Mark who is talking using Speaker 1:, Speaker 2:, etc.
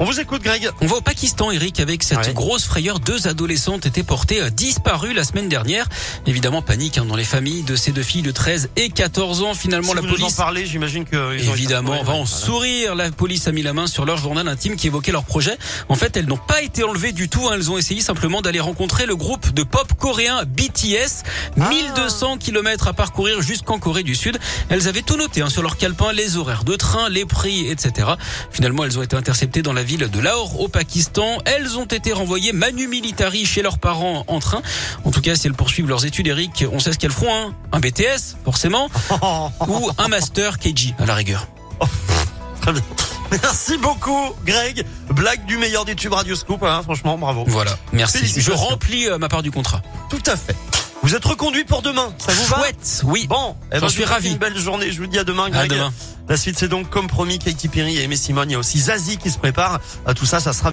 Speaker 1: On vous écoute, Greg.
Speaker 2: On va au Pakistan, Eric, avec cette
Speaker 1: Ouais.
Speaker 2: grosse frayeur. Deux adolescentes étaient portées euh, disparues la semaine dernière. Évidemment, panique hein, dans les familles de ces deux filles de 13 et 14 ans. Finalement,
Speaker 1: si
Speaker 2: la
Speaker 1: vous nous en
Speaker 2: police...
Speaker 1: parlez, j'imagine que. ils ont été
Speaker 2: Évidemment,
Speaker 1: trouvés,
Speaker 2: on va
Speaker 1: ouais,
Speaker 2: en
Speaker 1: voilà.
Speaker 2: sourire. La police a mis la main sur leur journal intime qui évoquait leur projet. En fait, elles n'ont pas été enlevées du tout. hein. Elles ont essayé simplement d'aller rencontrer le groupe de pop coréen BTS. 1200 kilomètres à parcourir jusqu'en Corée du Sud. Elles avaient tout noté hein, sur leur calepin, les horaires de train, les prix, etc. Finalement, elles ont été interceptées dans la ville de Lahore au Pakistan. Elles ont été renvoyées manu militari chez leurs parents en train. En tout cas, si elles poursuivent leurs études, Eric, on sait ce qu'elles feront. hein. Un BTS, forcément, ou un master KG à la rigueur.
Speaker 1: Très bien. Merci beaucoup, Greg. Blague du meilleur des tubes Radio Scoop, hein, franchement, bravo.
Speaker 2: Voilà, merci. Je
Speaker 1: Félicitations.
Speaker 2: remplis euh, ma part du contrat.
Speaker 1: Tout à fait. Vous êtes reconduit pour demain, ça vous va
Speaker 2: Chouette, oui.
Speaker 1: Bon, eh ben,
Speaker 2: J'en
Speaker 1: je
Speaker 2: suis
Speaker 1: vous souhaite
Speaker 2: ravi.
Speaker 1: Une belle journée, je vous dis à demain,
Speaker 2: À
Speaker 1: Greg.
Speaker 2: demain.
Speaker 1: La suite, c'est donc, comme promis, Katy Perry et Aimé Simone. Il y a aussi Zazie qui se prépare. Euh, Tout ça, ça sera